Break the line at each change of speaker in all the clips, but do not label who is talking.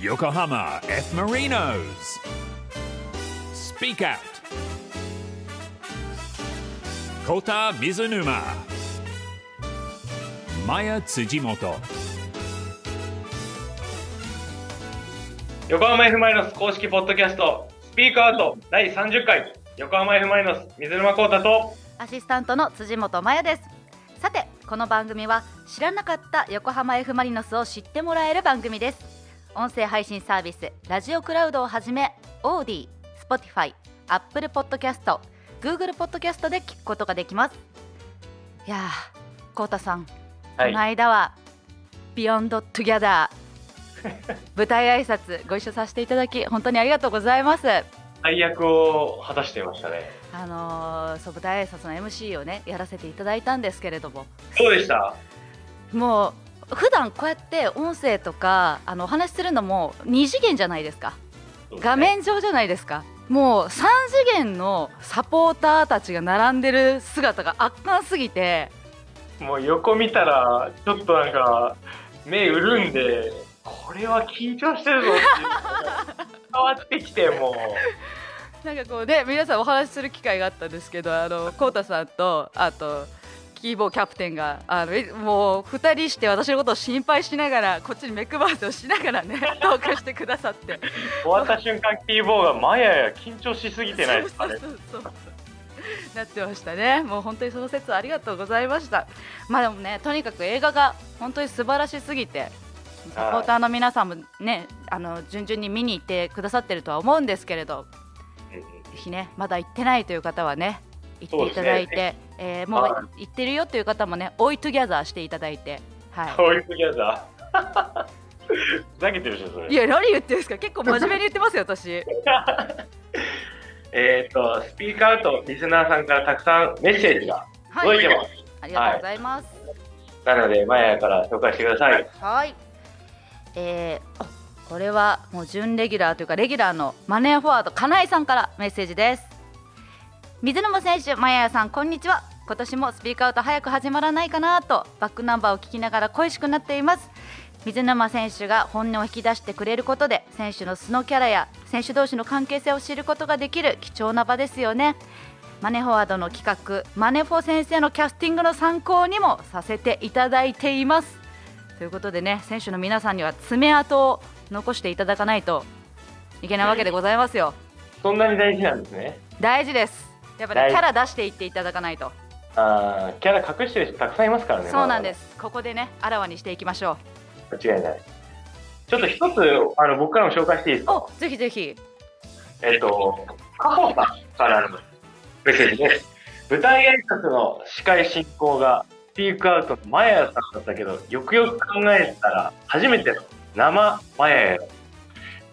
Yokohama F. Marinos. Speak Out. Kota Mizunuma. Maya Tsujimoto.
横浜 F ・マイノス公式ポッドキャストスピークアウト第30回横浜 F ・マイノス水沼宏太と
アシスタントの辻本真也ですさてこの番組は知らなかった横浜 F ・マリノスを知ってもらえる番組です音声配信サービスラジオクラウドをはじめオーディ、Spotify、Apple Podcast、Google Podcast で聞くことができますいやー、こうたさん、この間はビヨンドトゥギャダー舞台挨拶ご一緒させていただき本当にありがとうございます
大役を果たしていましたね
あのー、そう舞台挨拶の MC をねやらせていただいたんですけれども
どうでした
もう普段こうやって音声とかあのお話しするのも2次元じゃないですか画面上じゃないですかもう3次元のサポーターたちが並んでる姿が圧巻すぎて
もう横見たらちょっとなんか目潤んでこれは緊張してるぞっていう伝わってきても
なんかこうね皆さんお話しする機会があったんですけどあのコウタさんとあとキーボーキャプテンがあのえもう2人して私のことを心配しながらこっちに目配せをしながらねトークしてくださって
う終わった瞬間キーボーがまやや緊張しすぎてないですかね
そうそうそうそうなってましたねもう本当にその説はありがとうございましたまあでもねとにかく映画が本当に素晴らしすぎてサポーターの皆さんもねあの順々に見に行ってくださってるとは思うんですけれどぜひねまだ行ってないという方はね行っていただいて、
そうで
えーも
は
う行ってるよという方もね追いトゥギャザーしていただいてはい
そういう時はさふざけてるでしょそれ
いや何言ってるんですか結構真面目に言ってますよ私
えーっとスピーカーとリスナーさんからたくさんメッセージが
は
届いて
い
ます、
ありがとうございます、
なので、マヤから紹介してください。
はい。えー、あこれはもう準レギュラーというかレギュラーのマネーフォワード金井さんからメッセージです。水沼選手、マヤヤさんこんにちは。今年もスピークアウト早く始まらないかなとバックナンバーを聞きながら恋しくなっています。水沼選手が本音を引き出してくれることで選手の素のキャラや選手同士の関係性を知ることができる貴重な場ですよね。マネフォワードの企画マネフォ先生のキャスティングの参考にもさせていただいています。ということでね選手の皆さんには爪痕を残していただかないといけないわけでございますよ
そんなに大事なんですね。
大事ですやっぱ
大
ね
事
キャラ出していっていただかないと
あーキャラ隠してる人たくさんいますからね。。
そうなんですすここでねあらわにしていきましょ
間違いない。ちょっと一つ、あの、僕からも紹介していいです
う
か
おぜひぜひ
えっ、と、カホさんからのメッセージです。舞台挨拶の司会進行が、スピークアウトのマヤヤさんだったけど、よくよく考えたら、初めての生マヤヤ。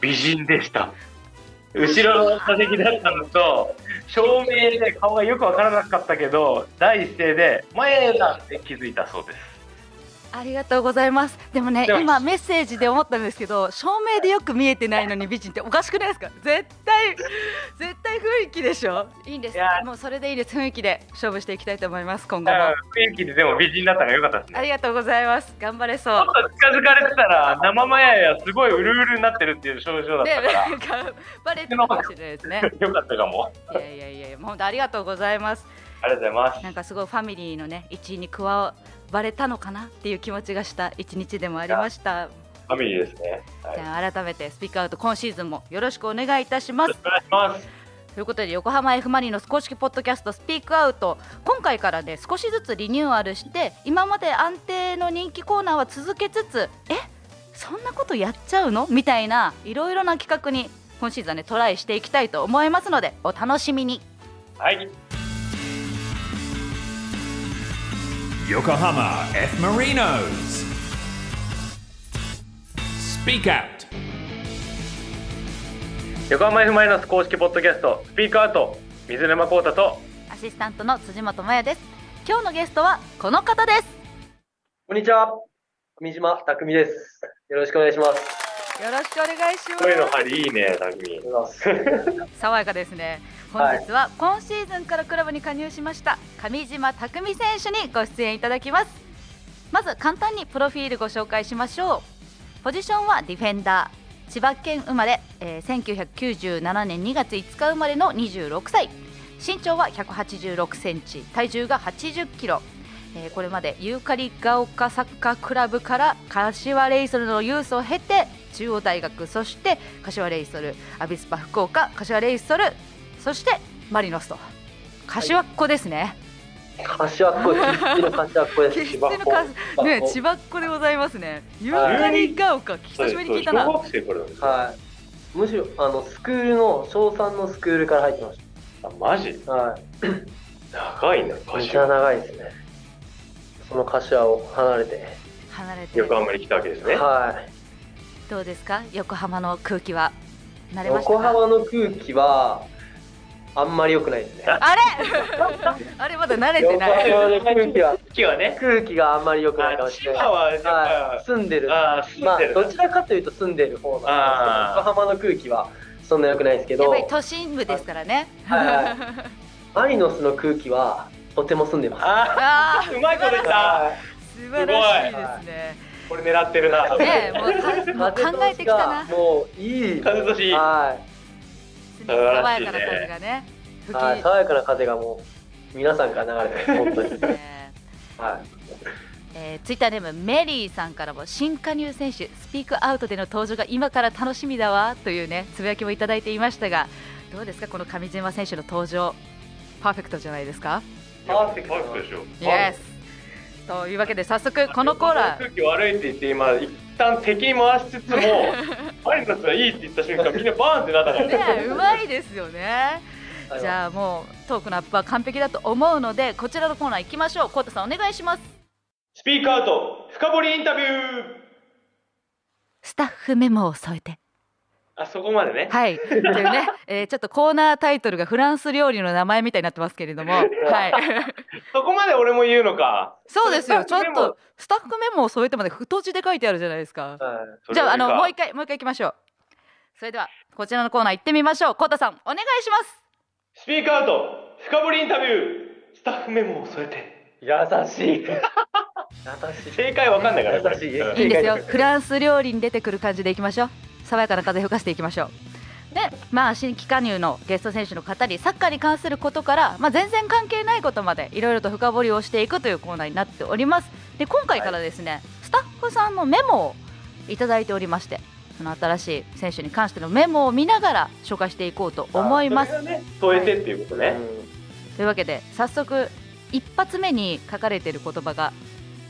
美人でした。後ろの座席だったのと、照明で顔がよくわからなかったけど、第一声で、マヤヤさんって気づいたそうです。
ありがとうございますでもね
でも
今メッセージで思ったんですけど照明でよく見えてないのに美人っておかしくないですか絶対絶対雰囲気でしょいいんです
いや
もうそれでいいです雰囲気で勝負していきたいと思います今後も
雰囲気ででも美人だったのが良かったです
あ
ね。
りがとうございます頑張れそ
ちょ
う
っと近づかれてたら、生マヤヤすごいうるうるになってるっていう症状だっ
ね
たから。
なんかバレてるかもしれないですね。
よかったかも。
いやいやいやいや、もう本当ありがとうございます。
ありがとうございます。
なんかすごいファミリーのね、一員に加われたのかなっていう気持ちがした一日でもありました。
ファミリーですね。はい、
じ
よ
ゃあ改めてスピークアウト今シーズンもよろしくお願いいたします
ろし。くお願いします。
ということで横浜 F ・マリノス公式ポッドキャストスピークアウト今回からね少しずつリニューアルして今まで安定の人気コーナーは続けつつえそんなことやっちゃうのみたいないろいろな企画に今シーズンはねトライしていきたいと思いますのでお楽しみに
はい。
Yokohama F. Marinos. Speak Out.
横浜 F ・マイナス公式ポッドキャスト、スピークアウト、水沼孝太と、
アシスタントの辻本真也です今日のゲストはこの方です
こんにちは。三島匠です。よろしくお願いします。
よろしくお願いしま
声の張りいいね、たくみ。
おはようございます。
爽やかですね本日は今シーズンからクラブに加入しました上島拓美選手にご出演いただきますまず簡単にプロフィールご紹介しましょうポジションはディフェンダー千葉県生まれ、えー1997年2月5日生まれの26歳身長は1 8 6センチ体重が8 0キロ、えーこれまでユーカリが丘サッカークラブから柏レイソルのユースを経て中央大学そして柏レイソルアビスパ福岡柏レイソルそしてマリノスと柏っ子ですね、
柏っ子、生粋の柏っ子です。
決しての数ね千葉っ子でございますねユーカリが丘久しぶりに聞いたな
そう小学生からなんですよ
はい。むしろ、あの、スクールの、小3のスクールから入ってまし
あマジ
た。はい。
長いな
めちゃ
柏
長いですね。その柏を離れて。
離れて
横浜に来たわけですね
はい。
どうですか横浜の空気は慣れました
横
か
浜の空気は、あんまり良くないですね。
あれ あれまだ慣れて
横
ない
浜の空気は、
今日はね
空気があんまり良くないかもしれない。
はやっ
はい、住んでる。
あー住んでる
まあ、どちらかというと住んでる方なん
あー
ですけど、横浜の空気はそんな良くないですけ
やっ
ど、
ぱり都心部ですからね
はいはいマリノスの空気はとても住んでます。
あ
あ
うまいこと言った
ー素晴らしいですね
これ狙ってるな
ねえもうか
風
考
通
え
して
きた
が
な
もういい。
風通し
は
爽やかな風がね
い。
吹
はい。
き
爽やかな風がもう皆さんから流 れてます。本当に。
ね
はい。
えー、ツイッターネームメリーさんからも新加入選手スピークアウトでの登場が今から楽しみだわというねつぶやきもいただいていましたがどうですかこの上島選手の登場パーフェクトじゃないですか
パーフェクト
パーフェクトでしょ
イエスというわけで早速このコーナー
空気悪いって言って今一旦敵に回しつ つもマリノスがいいって言った瞬間みんなバーンってなったからね
ねうまいですよねじゃあもうトークのアップは完璧だと思うのでこちらのコーナー行きましょうコウタさんお願いします
スピークアウト深掘りインタビュー
スタッフメモを添えて
あそこまでね
はい、というね、えーちょっとコーナータイトルがフランス料理の名前みたいになってますけれども、はい、
そこまで俺も言うのか
そうですよ。
ス
ち
タ
ょっ
ッフメモ
とスタッフメモを添えてまで太字で書いてあるじゃないですか。
はい。
じゃああのもう一
回
回もう一回行きましょう。それではこちらのコーナー行ってみましょう。コウタさんお願いします。
スピークアウト深掘りインタビュースタッフメモを添えて
優しい。優しい。
正解わかんないからこれ
優しい
うん
いいんですよ。
正解です
フランス料理に出てくる感じでいきましょう。爽やかな風吹かしていきましょう。で、まあ新規加入のゲスト選手の方にサッカーに関することから、まあ全然関係ないことまでいろいろと深掘りをしていくというコーナーになっております。で、今回からですね、スタッフさんのメモをいただいておりまして、その新しい選手に関してのメモを見ながら紹介していこうと思います。
それがね添えてっていうことね、
というわけで早速一発目に書かれている言葉が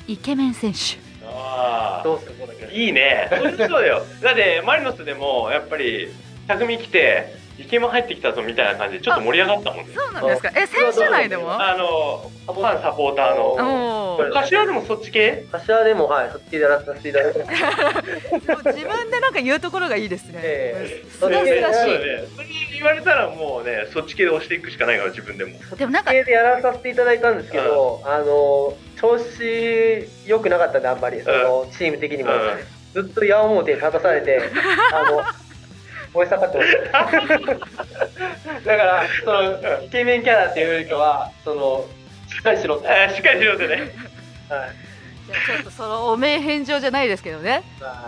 イケメン選手。
あ
どうするこれ。
いいね そうそうだよだってマリノスでもやっぱり匠来てイケメン入ってきたぞみたいな感じでちょっと盛り上がったもんね
そうなん
です
か。え、
選手内でも
あのファンサポーターの
おー
柏でもそっち系
柏でもはい、そっちでやらさせていただいてます。
でも自分でなんか言うところがいいですね。
ええ
すがすがし
そうだねそれ言われたらもうねそっち系で押していくしかないから自分でも
い。でもなんか
系でやらさせていただいたんですけど、あの調子良くなかったんであんまりそのチーム的にも、ずっと矢面に立たさ れてあの燃え盛ってましただからそのイケメンキャラっていうよりかはそのしっかりしろって、はい
あーしっかりしろってね
じゃあちょっとそのお名返上じゃないですけどね。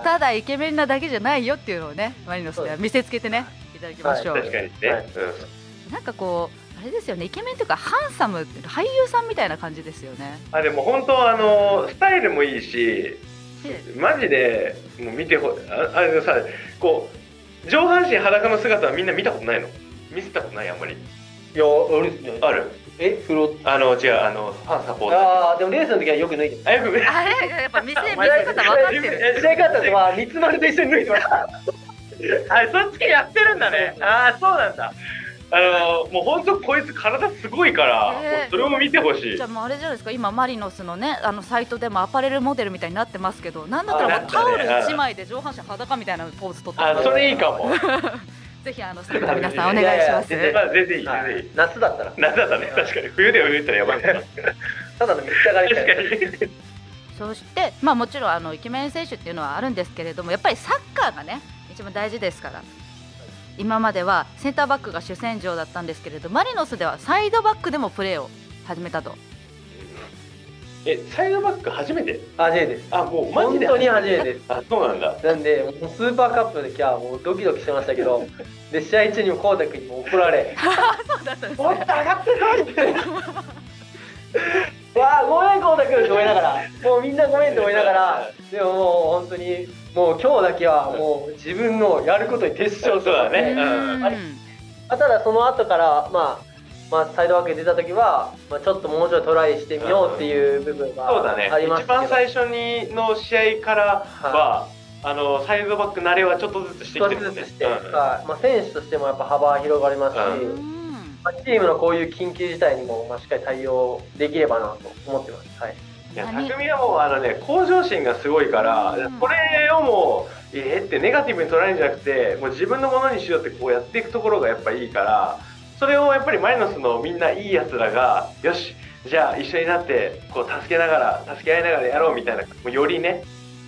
ただイケメンなだけじゃないよっていうのをね、マリノスでは見せつけてね、いただきましょう。
は
確かにね、
はい
うん
なんかこうあれですよね、イケメンというかハンサムっていうの俳優さんみたいな感じですよね。
あでも本当あのスタイルもいいし
で
マジでもう見てほああれのさこう上半身裸の姿はみんな見たことないの見せたことないあんまり
いや俺ですね
ある
え風呂
あの違うあのファンサポーター
ああでもレースの時はよく脱いで
あよく見
あれやっぱ見せ見せ方
お前
分かって
自分
る。
で
試合勝ったのは三つ丸と一緒に脱いでました
あそっち系やってるんだね
そうそう
ああそうなんだあのもう本当こいつ体すごいから、
ねえ
もうそれも見てほしい
じゃあもうあれじゃないですか今マリノスのねあのサイトでもアパレルモデルみたいになってますけどなんだったらもうタオル一枚で上半身裸みたいなポーズ取って
あ
ます
それいいかも、
ぜひあのスタッフの皆さんお願いします。
いやいや全然
まあ、全然いい全然いい
夏だったら
夏だったね確かに冬で泳いだらやばいな確
ただの三つ上がりみたいな
かに
そして、まあ、もちろんあのイケメン選手っていうのはあるんですけれどもやっぱりサッカーがね一番大事ですから今まではセンターバックが主戦場だったんですけれどマリノスではサイドバックでもプレーを始めたと
え、サイドバック初めて
初めてです。
あ、もうマジ
本
で
当に初めてです。
あ、そうなんだ。
なんで、もうスーパーカップの時はもうドキドキしてましたけど、で試合中にも光太君にも怒られ、もっと上がってこいって。わあ、ごめん、光太君って思いながら、もうみんなごめんって思いながら、でももう本当に、もう今日だけはもう自分のやることに徹しようと
そうだね
うーん
あ
あただその後から、まあ、まあ、サイドワークに出た時は、まあ、ちょっともうちょいトライしてみようっていう部分
そう
が
だね
ありま。す
一
けど、
番最初にの試合からは、あの、サイドバック慣れはちょっとずつしてきて
一
る
つ
もん
ず
ね。
つして、
うん
はいまあ、選手としてもやっぱ幅広がりますし、
う
うん
まあ、チームのこういう緊急事態にも、まあ、しっかり対応できればなと思ってます。はい、
いや
何
匠はもうあのね向上心がすごいから、
うん
これをもうえーってネガティブに捉えるんじゃなくてもう自分のものにしようってこうやっていくところがやっぱいいからそれをやっぱりマリノスのみんないいやつらがよしじゃあ一緒になってこう助けながら助け合いながらやろうみたいなもうよりね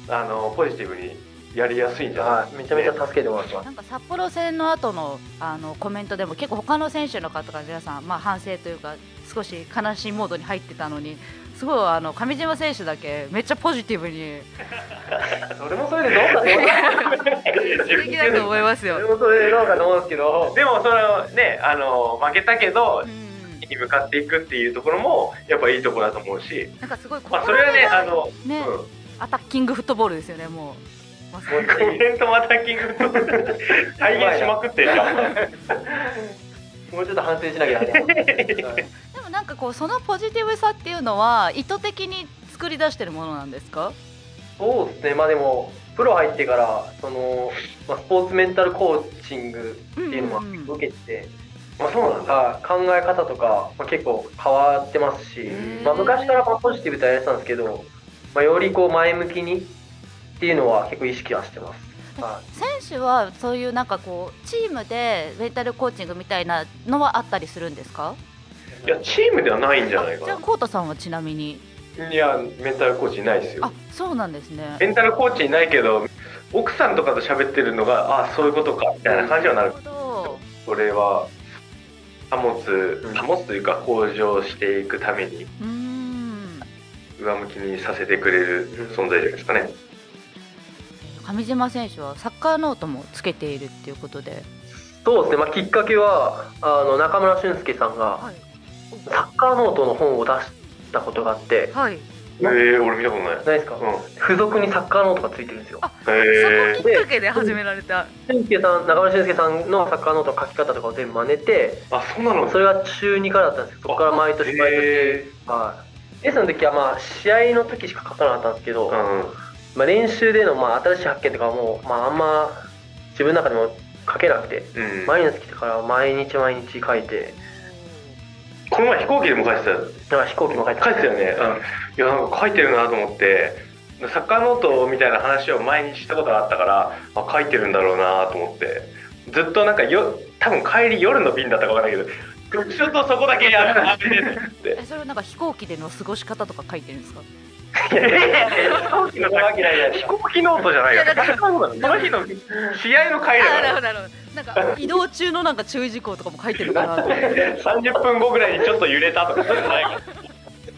あのポジティブにやりやすいんじゃない、
はい、めちゃめちゃ助けてもらってます。
なんか札幌戦の後のあのコメントでも結構他の選手の方が皆さん、まあ、反省というか少し悲しいモードに入ってたのにすごいあの上島選手だけめっちゃポジティブに
それもそれでどうかと思うんですけ
素敵だと思います
ど、
よ。
それもそれでどうかと思うんですけど、
でもそれをねあの負けたけど
うん
に向かっていくっていうところもやっぱいいところだと思うし、
なんかすごい
ま
心
あ、それはねあ
が
の、
ね
うん
アタッキングフットボールですよねもう。まさに
コメントまたキングと体現しまくってるじゃん。
もうちょっと反省しなきゃダメだはい
でもなんかこうそのポジティブさっていうのは意図的に作り出してるものなんですか？
そうですね、まあでも、プロ入ってから、その、まあ、スポーツメンタルコーチングっていうの
うんうんうん
も受けて、
あそうなんだ。
はい考え方とか、まあ、結構変わってますし
うん、
まあ、昔からまあポジティブとやれてたんですけど、まあ、よりこう前向きにっていうのは結構意識はしてます。は
選手はそういうなんかこうチームでメンタルコーチングみたいなのはあったりするんですか？
い、
いやチームではないんじゃない
あじゃあ
か
コウタさんはちなみに
な。いやメンタルコーチいないですよ
あ。そうなんですね。
メンタルコーチいないけど奥さんとかと喋ってるのがあそういうことかみたいな感じにはな
な
る
る。ほど。
それは保つ
うん
保つというか向上していくために
うーん。
上向きにさせてくれる存在じゃないですかね。
上島選手はサッカーノートもつけているっていうことで。
そうですね、まあ、きっかけはあの中村俊輔さんが
い。
サッカーノートの本を出したことがあって、
はい。
ええー、俺見たことない。
ないですか、
うん。
付属にサッカーノートがついてるんですよ。
ええ
そこきっかけで始められた。
俊介さん中村俊介さんのサッカーノートの書き方とかを全部真似て
ー。あそうなの。
それが中2からだったんですけどそこから毎年毎年、
え
はい、レッスンの時はまあ試合の時しか書かなかったんですけど、
えー。
まあ、練習でのまあ新しい発見とかはもう、まあ、あんま自分の中でも書けなくて
うん。うん。
毎日来てから毎日毎日書いて
この前飛行機でも帰ってたよ。
だから飛行機も書いて
書いてたよね、うん、いやなんか書いてるなと思ってサッカーノートみたいな話を前にしたことがあったからあ書いてるんだろうなと思ってずっとなんかよ多分帰り夜の便だったかわからないけど読書とそこだけやるなって
えそれはなんか飛行機での過ごし方とか書いてるんですか？
飛行機のさ飛行機ノートじゃないよ
いやだ
その日の試合の帰り
あなる
だ
ほどなるほど。なんか移動中のなんか注意事項とかも書いてるかなと思って。
から30分後ぐらいにちょっと揺れたとかそういうのないから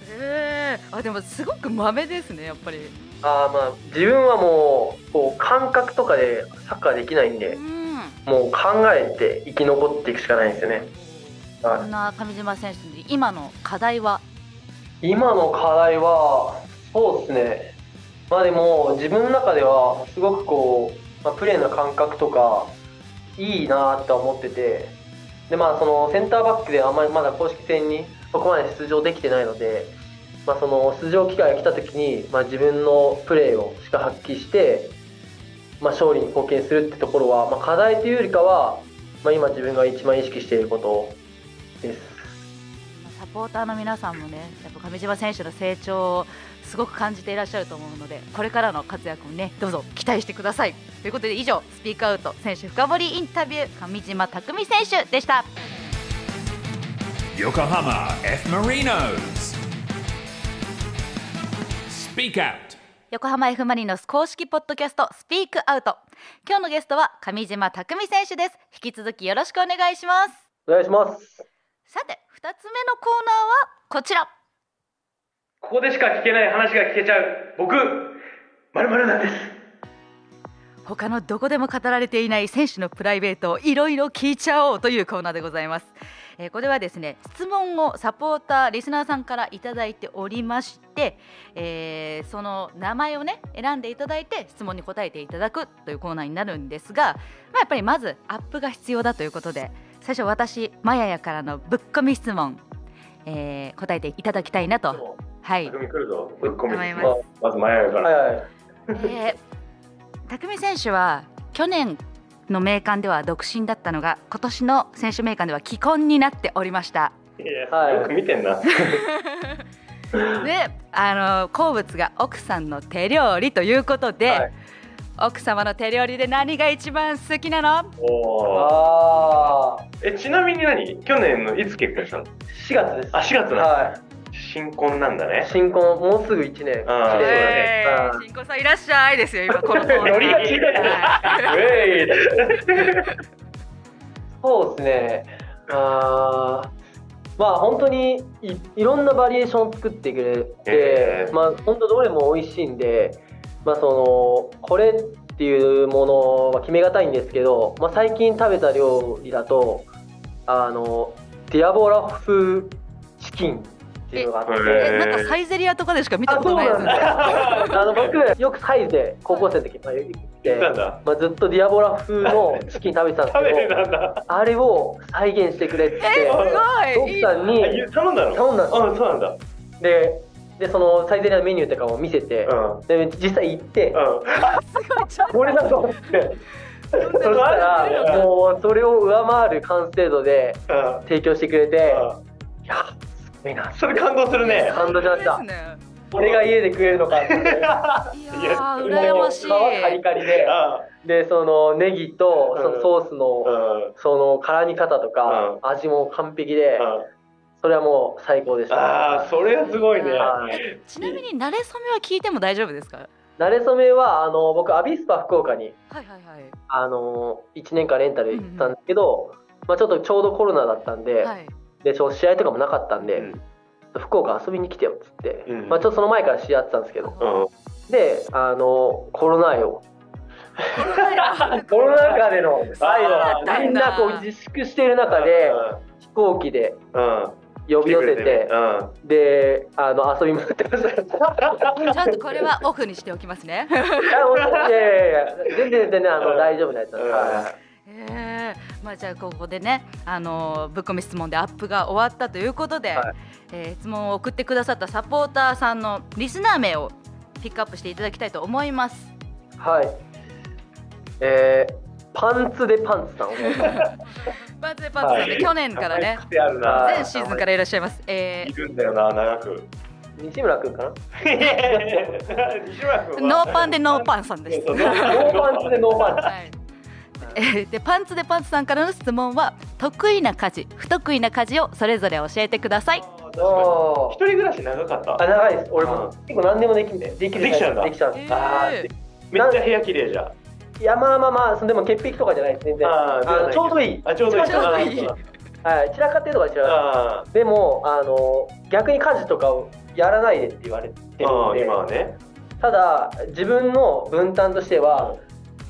ええあでもすごくまめですねやっぱり。
あーまあ自分はもうこう感覚とかでサッカーできないんで
ん。
もう考えて生き残っていくしかないんですよね、はい
そんな上島選手に今の課題は。
今の課題はそうですねまあでも自分の中ではすごくこう、まあ、プレーの感覚とかいいなとは思っててでまあそのセンターバックであんまりまだ公式戦にそこまで出場できてないので、まあ、その出場機会が来た時に、まあ、自分のプレーをしっかり発揮して、まあ、勝利に貢献するってところは、まあ、課題というよりかは、まあ、今自分が一番意識していることです。
サポーターの皆さんもねやっぱ上島選手の成長をすごく感じていらっしゃると思うのでこれからの活躍もねどうぞ期待してください。ということで以上スピークアウト選手深掘りインタビュー上島拓美選手でした。
Yokohama F. Marinos. Speak Out.
横浜 F ・マリノス公式ポッドキャストスピークアウト今日のゲストは上島拓美選手です引き続きよろしくお願いします
お願いします
さて2つ目のコーナーはこちら
ここでしか聞けない話が聞けちゃう僕まるまるなんです
他のどこでも語られていない選手のプライベートをいろいろ聞いちゃおうというコーナーでございます。えーこれはですね質問をサポーターリスナーさんからいただいておりまして、えーその名前をね選んでいただいて質問に答えていただくというコーナーになるんですが、まあ、やっぱりまずアップが必要だということで最初私マヤヤからのぶっ込み質問、えー答えていただきたいなと。はい
匠来るぞぶっ込み
構いま
まず前やから、
はいはい
えー、匠選手は去年の名鑑では独身だったのが今年の選手名鑑では既婚になっておりました
い
はい
やよく見てんな、
であの好物が奥さんの手料理ということで、
はい
奥様の手料理で何が一番好きなの
おお
ああ
えちなみに何去年のいつ結婚したの
4月です
あ4月なんだ、
は
新婚なんだ
い
ね
新婚もうすぐ1年綺
あーそうだね
麗
え
う
ー
ん
新婚さんいらっしゃいですよ今こ のコーナー
ノリが違う
はい
ウェイ
そうですねあーまあ本当にいいろんなバリエーションを作ってくれて、
えー
まあ本当どれも美味しいんでまあそのこれっていうものは決めがたいんですけど、まあ、最近食べた料理だとあのディアボラ風チキンっていうのがあって
え
えなんかサイゼリアとかでしか見た
あ
こと
そう
ないや
な
つ
んだ あの僕よくサイで高校生の時まあ行って
行ったんだ
まあ、ずっとディアボラ風のチキン食べてたんです
食べ
け
て
ど
たんだ
あれを再現してくれって
えすごい
奥さんに
あゆ頼んだの
頼んだの
あそうなんだ
ででそのサイゼリアのメニューとかも見せて、
うん
で実際行って、
うん
これだと思ってそしたらもうそれを上回る完成度で
うん
提供してくれて
う
いやすごいなん
それ感動するね
感動しました
ですね
俺が家で食えるのかって
い
いや
やー羨ましい
もう皮カリカリで
あ
でそのネギと
うん
そのソースの、
うん
その絡み方とか、味も完璧で、
う
それはもう最高でし
ん
た
ああそれはすごいね
はい
ちなみに馴れ初めは聞いても大丈夫ですか
慣れ初めはあの僕アビスパ福岡に
はいはいはい
あの1年間レンタル行ったんですけど、まあ、ちょっとちょうどコロナだったんで,、
はい
でちょ試合とかもなかったんで、
うん
福岡遊びに来てよっつって、
うん
まあ、ちょっとその前から知り合ってたんですけど
うん
であのコロナよコロナ禍での最
そうだったん
後
だ
みんなこう自粛してる中で飛行機で
うん
呼び寄せて
来くれうん
であの遊びまくってましたい
ちゃんとこれはオフにしておきます ね。
やもういやいやいや全然全然あ
う
の
ん
大丈夫なやつなんで、はい
えー、まあじゃあここでね、あのーぶっこみ質問でアップが終わったということで、
はい
えー質問を送ってくださったサポーターさんのリスナー名をピックアップしていただきたいと思います。
はい。えー、パンツでパンツさんお願いします。
パンツでパンツさんね、
はい
去年からね、
癖あるな
はい
全シーズンからいらっしゃいます。え
いるんだよな長 く
西村くんかな。
西村
ー、
君
ノ
は
ーパンでノーパンさんです。
そうそうノ
ノー
ー
パンツでノー パン ツ。
はいえーでパンツでパンツさんからの質問は得意な家事不得意な家事をそれぞれ教えてください
あー確か
お
に
お
一。人暮らし長かった
あ長いです。俺
うん
も結構何でもできるできる
できちゃうんだ
できちゃう
え
んで
ー
す。あー
めっちゃ部屋綺麗じゃん
いやまあまあまあそのでも潔癖とかじゃないです全然。
あーではない
のちょうどいい。
あちょうどいい
ちょうど
いい
はい散らかってるとかは散らか
あ
ってるでもあの逆に家事とかをやらないでって言われてるんで
ーあー今はね
ただ自分の分担としては、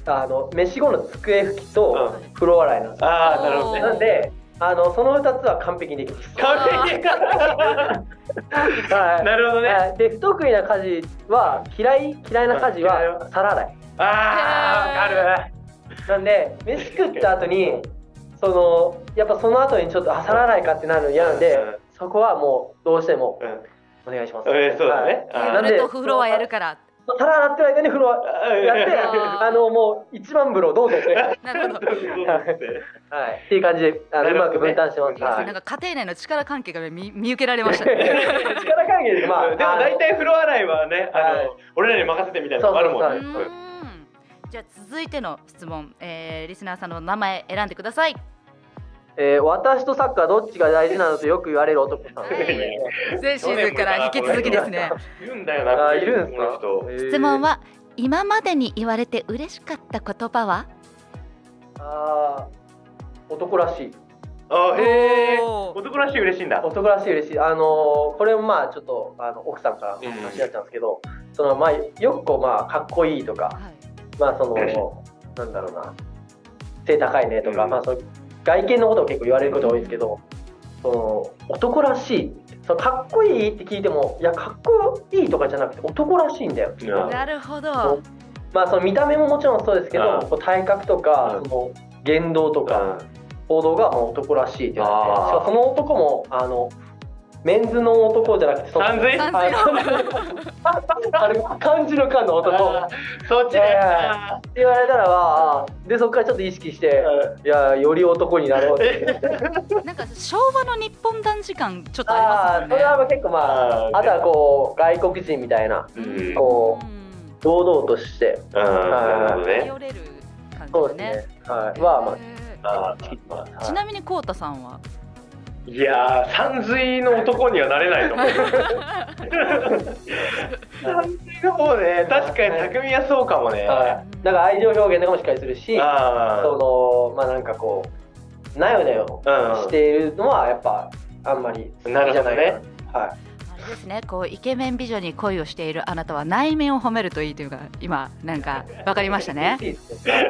あの飯後の机拭きと
う
風呂洗いなんですよ
ああなるほどね
なんで、あのその2つは完璧にできます。
完璧か
は い
なるほどね
はいで不得意な家事は嫌い嫌いな家事
あ嫌い
は
は
皿洗い。
ああーわかる
なんで飯食った後にそのやっぱその後にちょっとあ皿洗いかってなるの嫌なんで、
うん
そこはもうどうしても
うん
お願いします。
えーそうだね
は
あ
い
ー
なん
俺
で
と風呂はやるから
皿洗ってる間に風呂はや って
あー
あのもう一番風呂どうぞって。はい
なるほど
っていう感じであの、
な
う
るほ
ま
どね
く分担してま
い
す。
や
は
なん
い。
か家庭内の力関係が見見受けられましたね。
力関係で ま
で
あ
も大体風呂洗いはね、あ
はい
の、俺らに任せてみたいなのもあるもん
う
う
ね。
ーんじゃあ続いての質問、えー、リスナーさんの名前選んでください。
えー私とサッカーどっちが大事なのとよく言われる男さん。
はい前シーズンから引き続きですね。
いるんだよな。
あーいるんす
この
か
人。。
質問。は今までに言われて嬉しかった言葉は？
ああ、男らしい。
あへえ
おー
男らしい嬉しいんだ
男らしい嬉しいあのーこれもまあちょっとあの奥さんからの話だったんですけど、そのまあよっこまあかっこいいとか
はい
まあその
うん
なんだろうな背高いねとか、
うん
まあその外見のことを結構言われることが多いんですけどその男らしいそのかっこいいって聞いてもいやかっこいいとかじゃなくて男らしいんだよ
うんうん
なるほど。
まあその見た目ももちろんそうですけど
うん
こう体格とか、
うん
その言動とか、行動がもう男らしいって言われて
あー
しかもその男もあのメンズの男じゃなくてその
三髄
三
ああれ漢字の漢の男
あーそっちね
いやいやって言われたらはあーでそこからちょっと意識していやより男になろうって
なんか昭和の日本男児感ちょっとあ
あ
り
ーそ
ます
れ
よ
は
ね。
まあ結構
あ
まあ
ー
あとはこう外国人みたいな
うん
こう
うん
堂々として
うんなるほどね
頼れる感
そう
じ
で
ですね。
ねはいはま
へー
あー
あ
ちなみにコウタさんはい
やー、三髄の男にはなれないと思う。 三髄の方ね、確かに匠はそうかもね。
はいだから愛情表現とかもしっかりするし
あー
そのまあなんかこうなよなよ
うん
しているのはやっぱあんまり好きじゃないか
なる
は
あれですね、こうイケメン美女に恋をしているあなたは内面を褒めるといいというか今なんかわかりましたね
い。いいですね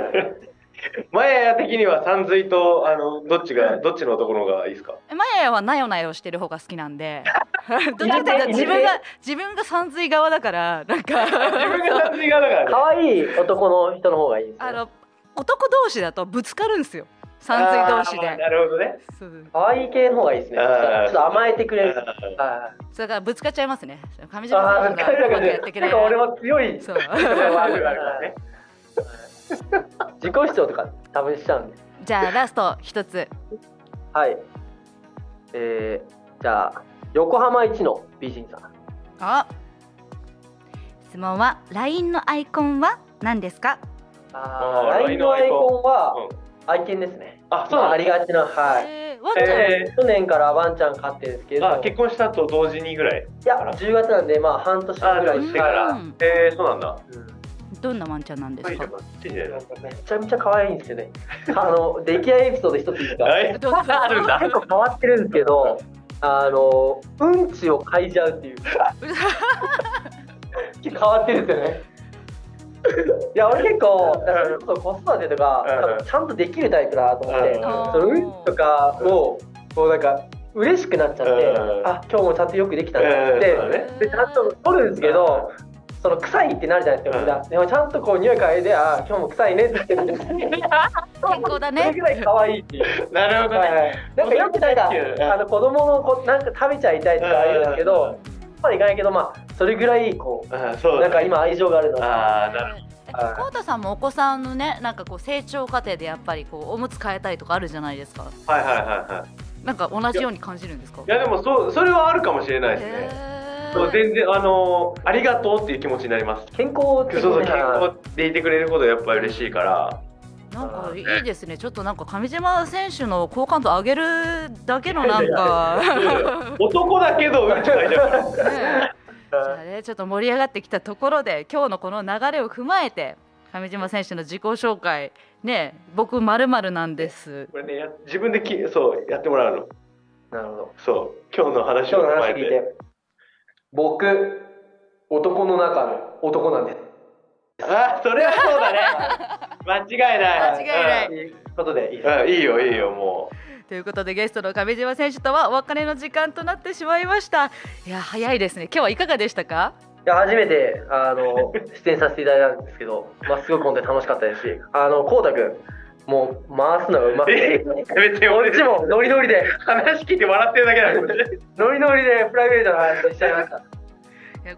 マヤヤ的には三髄と、あの、どっちが、どっちの男の方がいいですか。
マヤヤはなよなよしてる方が好きなんでどっちかというと自分が自分がさんずい側だからなんか
自分が三髄側だからね。
可愛い男の人の方がいいです
あ
ね
の男同士だとぶつかるんですよさんずい同士
あー
で
なるほどね。
そう
可愛い系の方がいいですねち
あ
ょ
ー
っと甘えてくれるあ
それからぶつかっちゃいますね上
ー
島
あ
さ
ー
ん
疲れ
がうま
たけ
くやってくれ
ど なんか俺も強い
そう
あるあるあるね
自己主張とか多分しちゃうんで
じゃあラスト一つ
はいえー、じゃあ横浜一の美人さん
あ質問は LINE のアイコンは何ですか
あ
あー
ー LINE のアイコンは
うん
愛犬ですね
あ、そうな
まあ
の
ありがちなはい
えーワンちゃん、
え
去年からワンちゃん飼ってるんですけ
ー、
ど、
あ、結婚したと同時にぐらい。
いや10月なんでまあ半年ぐ
あ、
ら
で
い
もし
し
てて
か、
からら。えー、そうなんだ。
うん
どんなワンちゃんなんですか
なんかめちゃめちゃ可愛いんですよねあの出来合いエピソード一ついいですか
はい。
どうぞ
あるんだ。
結構変わってるんですけどあのうんちを嗅いじゃ うっていう変わってるんですよねいや俺結構だからそれこそ子育てとか
うん
多分ちゃんとできるタイプだなと思って
うん
そのうんちとかをこうなんか嬉しくなっちゃって、
うん
あ今日もちゃんとよくできたなって、
うんそうだね
でちゃんと取るんですけど、その臭いってなるじゃないですか、みんな。でもちゃんとこう匂い嗅いで、あー今日も臭いねって言ってるん ですよ。
健康だ
それ
ね
ぐらい可愛いっていう。
なるほど
は
ね
い。はいなんかよくなんか、あの子供のこなんか食べちゃいたいとか言うん
う
ですけ
んうんうん
ど、まあいかないけど、まあそれぐらいこ
あ、そう
う、
だね
なんか今愛情があるのは。
あーなる
え
はい
コウタさんもお子さんのねなんかこう成長過程でやっぱりこうおむつ変えたりとかあるじゃないですか
はいはいはいはい。
なんか同じように感じるんですか
いやでもそうそれはあるかもしれないですね。
へー
そう全然あのありがとうっていう気持ちになります。
健康って
そう
こ
そう
とね
健康でいてくれることやっぱ嬉しいから。
なんかいいですねちょっとなんか上島選手の好感度上げるだけのなんか
男だけどうんちないじゃんから。
ねじゃあねちょっと盛り上がってきたところで今日のこの流れを踏まえて上島選手の自己紹介ね僕まるなんです
これねや自分できそうやってもらうの。
なるほど。
そう今日の話
今
を
日の
踏ま
話
え
聞い
て。
て。僕、男の中の男なんです。
あそれはそうだね。間違いない。
間違いない
ということでいいですか
うん。うんいいよいいよもう。
ということでゲストの上島選手とはお別れの時間となってしまいましたいや早いですね今日はいかがでしたか
いや初めてあの出演させていただいたんですけど、まあ、すごく本当に楽しかったですしあのこうたくんもう回すのがうまく て
別に
こ
俺
っちもノリノリで
話聞いて笑ってるだけだから。
ノリノリでプライベートの話をしちゃいました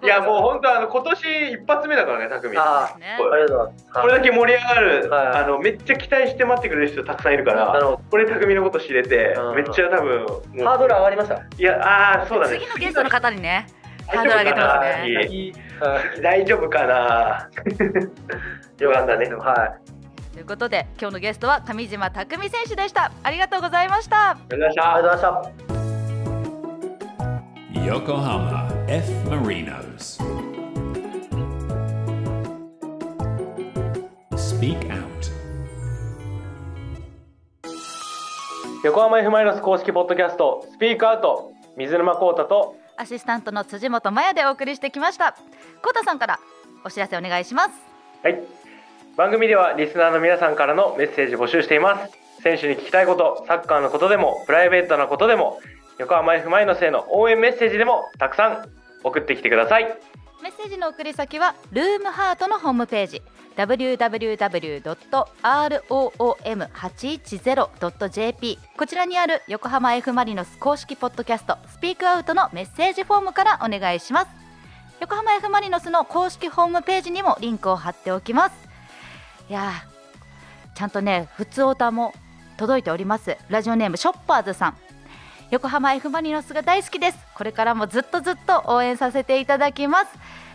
いやもう
う
本当あの今年一発目だからね匠。
あ
ね
あありがとうございます
これだけ盛り上がる、
はい
あのめっちゃ期待して待ってくれる人たくさんいるか
なる
ら、
ほ
これ匠のこと知れて
う、ん
めっちゃ多分
どハー
も
ドル上がりました
ういやあーそうだね。
次のゲストの方にねハードル上げてますね
いい
いいはい
大丈夫かな。よかったね。
はい
ということで今日のゲストは上島匠選手でしたありがとうございました
ありがとうございました
ありがとうございました
Yokohama F. Marinos. Speak Out.
横浜 F ・マイナス公式ポッドキャストスピークアウト水沼孝太と
アシスタントの辻本麻也でお送りしてきましたコウタさんからお知らせお願いします
はい番組ではリスナーの皆さんからのメッセージ募集しています選手に聞きたいことサッカーのことでもプライベートなことでも横浜 F ・マイナスへの応援メッセージでもたくさん送ってきてください
メッセージの送り先はルームハートのホームページ www.room810.jp こちらにある横浜 F ・マリノス公式ポッドキャストスピークアウトのメッセージフォームからお願いします横浜 F ・マリノスの公式ホームページにもリンクを貼っておきますいやーちゃんとね普通オタも届いておりますラジオネームショッパーズさん横浜 F ・マリノスが大好きですこれからもずっとずっと応援させていただきます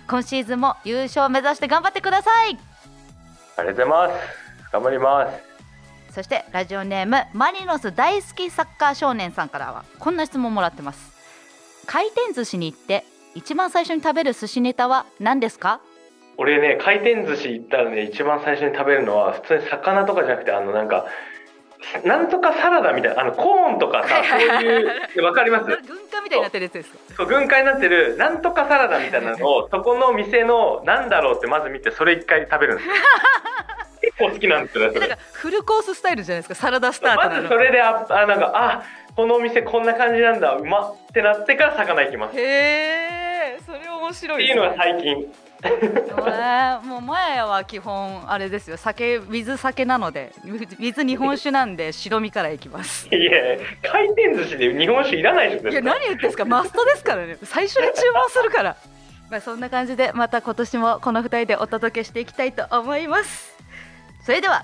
今シーズンも優勝を目指して頑張ってください
ありがとうございます頑張ります
そしてラジオネームマリノス大好きサッカー少年さんからはこんな質問もらってます回転寿司に行って一番最初に食べる寿司ネタは何ですか
俺ね回転寿司行ったらね一番最初に食べるのは普通に魚とかじゃなくてあのなんかなんとかサラダみたいなあのコーンとかさそういうわかります
軍艦みたいになってるやつですか
そう軍艦になってるなんとかサラダみたいな のをそこの店のなんだろうってまず見てそれ一回食べる んですよ結構好きなんですよねそ
えなん
れ
かフルコーススタイルじゃないですかサラダスタート
ま
な
ず
の
それでああなんかあこのお店こんな感じなんだうまっってなってから魚行きますっ
へえそれ面白
て
い
い
で
う
す
の
ね
は最近
えーもう前は基本あれですよ酒水酒なので水日本酒なんで白身からいきます
いえ回転寿司で日本酒いらないでしょ
いや
絶 対
何言ってんすかマストですからね最初に注文する からまあそんな感じでまた今年もこの2人でお届けしていきたいと思いますそれでは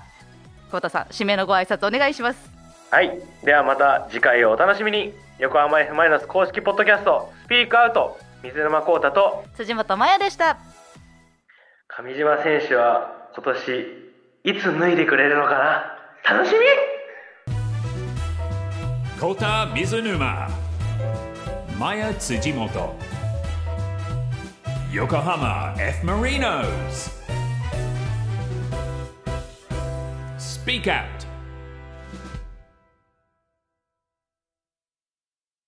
コウタさん締めのご挨拶お願いします
はいではまた次回をお楽しみに横浜 F マイナス公式ポッドキャストスピークアウト水沼孝太と
辻本麻也でした
上島選手は今年いつ脱いでくれるのかな楽しみ
Kota Mizunuma. Maya Tsujimoto. Yokohama F. Marinos. Speak Out.